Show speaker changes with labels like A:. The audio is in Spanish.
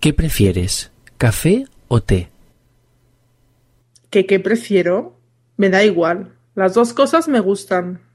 A: ¿Qué prefieres, café o té?
B: ¿Qué, qué prefiero? Me da igual. Las dos cosas me gustan.